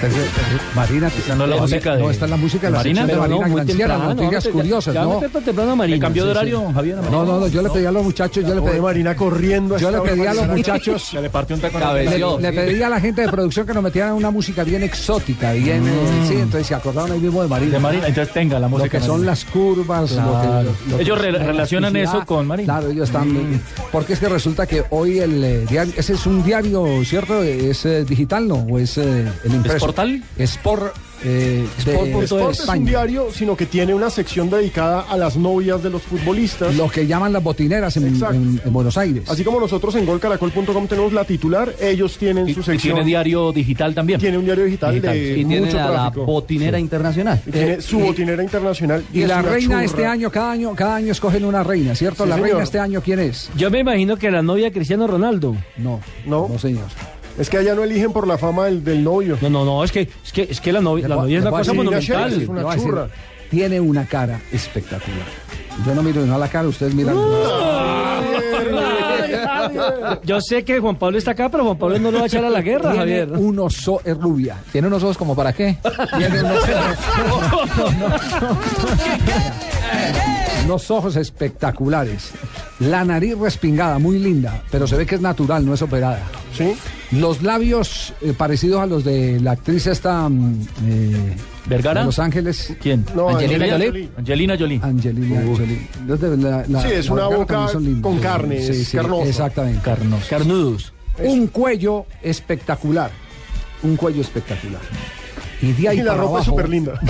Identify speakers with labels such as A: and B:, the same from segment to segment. A: Sergio, Sergio, Marina, te-
B: no es la
A: Marina-
B: música de-
A: Eh, No, está en la música de la
B: Marina,
A: sección de
B: pero
A: Marina
B: no, muy
A: Granciera,
B: temprano,
A: noticias
B: ahorita ya-
A: curiosas,
B: ya
A: ¿no?
B: metí por temprano a Marina,
C: ¿Le cambió de
B: sí,
C: horario,
B: sí.
C: Javier? a Marina?
A: No, no, no, yo le pedí a los muchachos, yo le
C: Pobre
A: pedí,
C: Marina corriendo. a
A: yo
C: esta
A: le
C: hora
A: pedí a los
C: para que
A: muchachos,
C: Le partió un taco. en la
A: le,
B: Cabeció.
A: le pedí a la gente de producción que nos metieran una música bien exótica, bien, eh, sí, entonces se acordaron ahí mismo de Marina.
C: De Marina, entonces tenga la
A: Lo
C: música.
A: que son
C: Marina.
A: las curvas, lo que-
C: Claro.
A: lo que-
C: Ellos re-
A: la
C: relacionan
A: elasticidad.
C: eso con Marina.
A: Claro, ellos están. Porque es que resulta que hoy el eh, diario, ese es un diario, ¿cierto? ¿Es eh, digital, no? ¿O es eh, el impreso?
B: portal?
A: Sport, eh, de
C: Sport.es.
A: Sport
C: Sport
A: España.
D: es un diario, sino que tiene una sección dedicada a las novias de los futbolistas.
A: Lo que llaman las botineras en,
D: Exacto.
A: en- en Buenos Aires.
D: Así como nosotros en golcaracol.com tenemos la titular, ellos tienen
B: Y,
D: su
B: y
D: sección.
B: tiene diario digital también.
D: tiene un diario digital,
B: Digital.
D: de
E: y tienen
D: mucho
E: a la
D: tráfico.
E: botinera internacional.
D: Y tiene su botinera internacional.
A: Eh, y
D: es
A: la
D: una
A: reina
D: churra.
A: este año, cada año, cada año escogen una reina, ¿cierto?
D: Sí,
A: la
D: señor.
A: reina este año, ¿quién es?
B: Yo me imagino que la novia de Cristiano Ronaldo.
A: No,
D: No.
A: no señor.
D: Es que allá no eligen por la fama del, del novio.
B: No, no, no, es que, es que, es que la novia, la
A: Le voy-
B: novia es
A: le
B: una
A: voy a
B: cosa
A: decir-
D: monumental.
A: le
D: Es
B: monumental.
D: una
A: voy a decir,
D: churra.
A: Tiene una cara espectacular. Yo no miro no a la cara, ustedes miran.
B: Yo sé que Juan Pablo está acá, pero Juan Pablo no lo va a echar a la guerra,
A: Tiene
B: Javier.
A: un oso, es rubia. Tiene unos ojos como para qué. Tiene unos unos ojos espectaculares. La nariz respingada, muy linda, pero se ve que es natural, no es operada.
D: ¿Sí?
A: Los labios eh, parecidos a los de la actriz esta mm, eh,
B: ¿Vergara?
A: de Los Ángeles,
B: ¿Quién? Uh.
D: No,
B: Angelina
D: Angelina
B: Jolie.
D: Jolie.
B: Angelina Jolie.
A: Angelina Jolie. Los de la- la-
D: Sí, es
A: la
D: una
A: Vergara
D: boca
A: también son lindos.
D: con carne,
A: Sí,
D: es
A: sí,
D: carnoso.
A: exactamente.
B: Carnos. Carnudos.
A: Un cuello espectacular. Un cuello espectacular. Y de ahí
D: Y la
A: para
D: ropa es
A: abajo,
D: súper linda.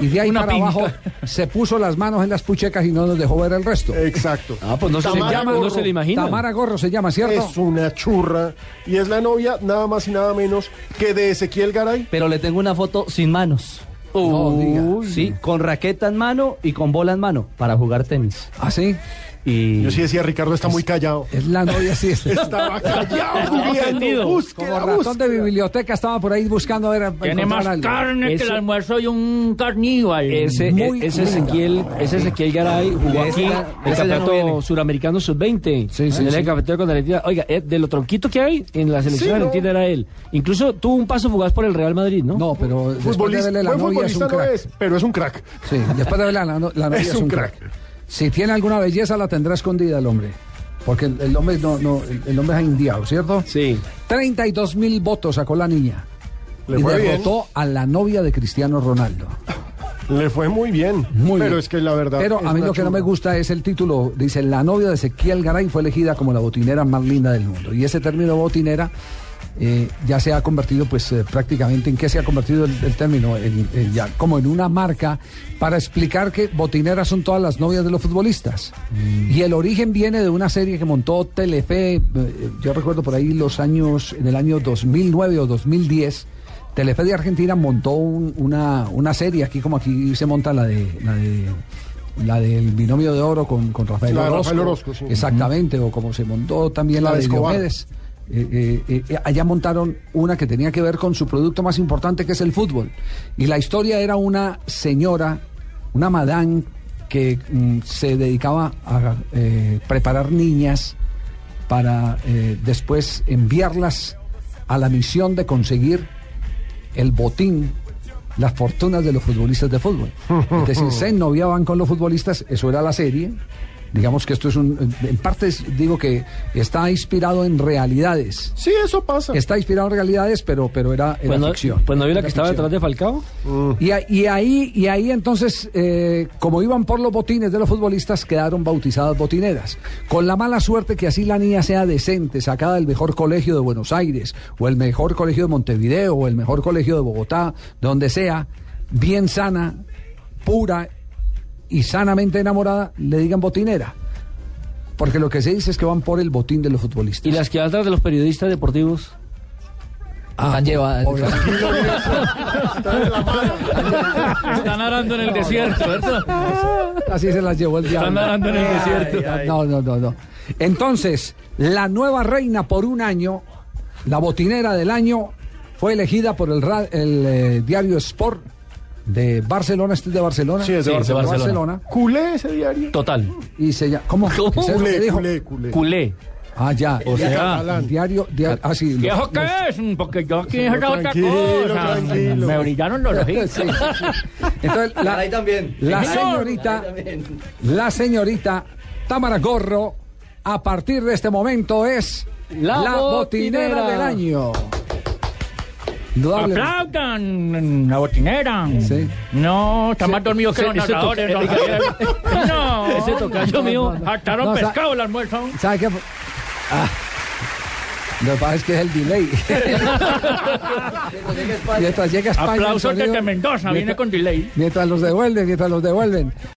A: y de ahí
B: Una
A: para
B: pinta.
A: abajo se puso las manos en las puchecas y no nos dejó ver el resto.
D: Exacto.
B: Ah, pues no se,
D: Tamara
B: le llama, no
D: Gorro.
B: se le imagina.
A: Tamara Gorro se llama, ¿cierto?
D: Es una churra. Y es la novia nada más y nada menos que de Ezequiel Garay.
E: Pero le tengo una foto sin manos.
A: No, diga.
E: Sí, con raqueta en mano y con bola en mano para jugar tenis.
A: ¿Ah, sí?
E: Y
D: Yo sí decía, Ricardo está muy callado.
A: Es la novia, sí. es-
D: Estaba callado, viendo.
B: ofendido.
A: Como
D: Búsqueda,
A: ratón de
D: búsqueda.
A: biblioteca estaba por ahí buscando a ver. a- encontrar algo.
B: Ese-
C: almuerzo y un carníbal.
B: Ese,
A: Muy
B: e- ese Ezequiel, ese Ezequiel Garay jugó aquí el
E: ese ya no
B: campeonato
E: viene.
B: suramericano sub-20.
A: Sí,
B: en
A: sí,
B: el
A: sí.
B: cafetero con Argentina. Oiga, eh, de lo tronquito que hay en la selección
D: Sí, ¿no?
B: argentina era él. Incluso tuvo un paso fugaz por el Real Madrid, ¿no?
A: No, pero después de
D: Futbolista,
A: verle la
D: buen
A: novia es un
D: futbolista no
A: crack.
D: es, pero es un crack.
A: Sí, después de verla, la, no- la novia es, un crack. Si tiene alguna belleza, la tendrá escondida el hombre. Porque el, el hombre no, no, el, el hombre es indiado, ¿cierto?
B: Sí.
A: 32 mil votos sacó la niña.
D: Le
A: y
D: fue bien.
A: derrotó a la novia de Cristiano Ronaldo.
D: Le fue muy bien.
A: Muy
D: pero
A: bien.
D: es que la verdad.
A: Pero
D: es
A: a mí
D: una
A: lo que no
D: churra.
A: me gusta es el título. Dice, la novia de Ezequiel Garay fue elegida como la botinera más linda del mundo. Y ese término botinera eh, ya se ha convertido, pues eh, prácticamente, ¿en qué se ha convertido el, el término? En- en ya, como en una marca para explicar que botineras son todas las novias de los futbolistas.
D: Mm.
A: Y el origen viene de una serie que montó Telefe, eh, yo recuerdo por ahí los años, en el año 2009 o 2010. Telefe de Argentina montó un- una, una serie, aquí como aquí se monta la de, la de la del binomio de oro con, con Rafael
D: La de
A: Orozco.
D: Rafael Orozco, sí.
A: Exactamente, o como se montó también la,
D: La de
A: de
D: Escobar.
A: Diomedes. Eh, eh, eh, allá montaron una que tenía que ver con su producto más importante que es el fútbol. Y la historia era una señora, una madame que mm, se dedicaba a eh, preparar niñas para eh, después enviarlas a la misión de conseguir el botín, las fortunas de los futbolistas de fútbol. Es decir, se noviaban con los futbolistas, eso era la serie. Digamos que esto es un. En parte es- digo que está inspirado en realidades.
D: Sí, eso pasa.
A: Está inspirado en realidades, pero, pero era, era
B: Pues no,
A: ficción.
B: pues no vio la
A: Era
B: que estaba
A: ficción.
B: detrás de Falcao.
D: Mm.
A: Y, a- y ahí, y ahí entonces, eh, como iban por los botines de los futbolistas, quedaron bautizadas botineras. Con la mala suerte que así la niña sea decente, sacada del mejor colegio de Buenos Aires, o el mejor colegio de Montevideo, o el mejor colegio de Bogotá, donde sea, bien sana, pura, y sanamente enamorada le digan botinera. Porque lo que se dice es que van por el botín de los futbolistas.
E: Y las que atrás de los periodistas deportivos están llevadas.
B: Están arando en el desierto, ¿verdad?
A: Así se las llevó el diablo.
B: Están nadando en el desierto.
A: No, no, no, no. Entonces, la nueva reina por un año, la botinera del año, fue elegida por el, ra- el, eh, diario Sport de Barcelona, este es de Barcelona.
D: Sí, es de
B: Sí, es de
D: Barcelona.
A: Barcelona.
D: Culé ese diario.
B: Total.
A: Y se llama. ¿Cómo? ¿En serio
D: Culé,
A: qué dijo?
D: culé, culé.
B: Culé.
A: Ah, ya.
B: O sea.
A: El diario. dia- ah, sí.
B: ¿Y
A: lo-
B: eso qué es? mm, Porque yo aquí era otra
D: Tranquilo,
B: cosa.
D: tranquilo.
B: Me brillaron los ojitos.
A: Sí, sí, sí. Entonces, la,
E: Ahí también.
A: la
B: Señor.
A: señorita, la señorita Tamara Gorro, a partir de este momento es
B: La
A: botinera
B: botinera.
A: del año. Indudable.
B: Aplaudan mm, la botinera.
A: Sí.
B: No, está más dormido que los
E: ese toca-
B: narradores. don Javier. No, ese tocayo mío.
A: No, o
B: Hartaron
A: sea-
B: pescado el almuerzo.
A: ¿Sabe qué? Ah. Lo que pasa es que es el delay. mientras llega a España. el
B: Aplausos
A: sonido-
B: desde Mendoza, viene
A: mientras-
B: con delay.
A: Mientras los devuelven, mientras los devuelven.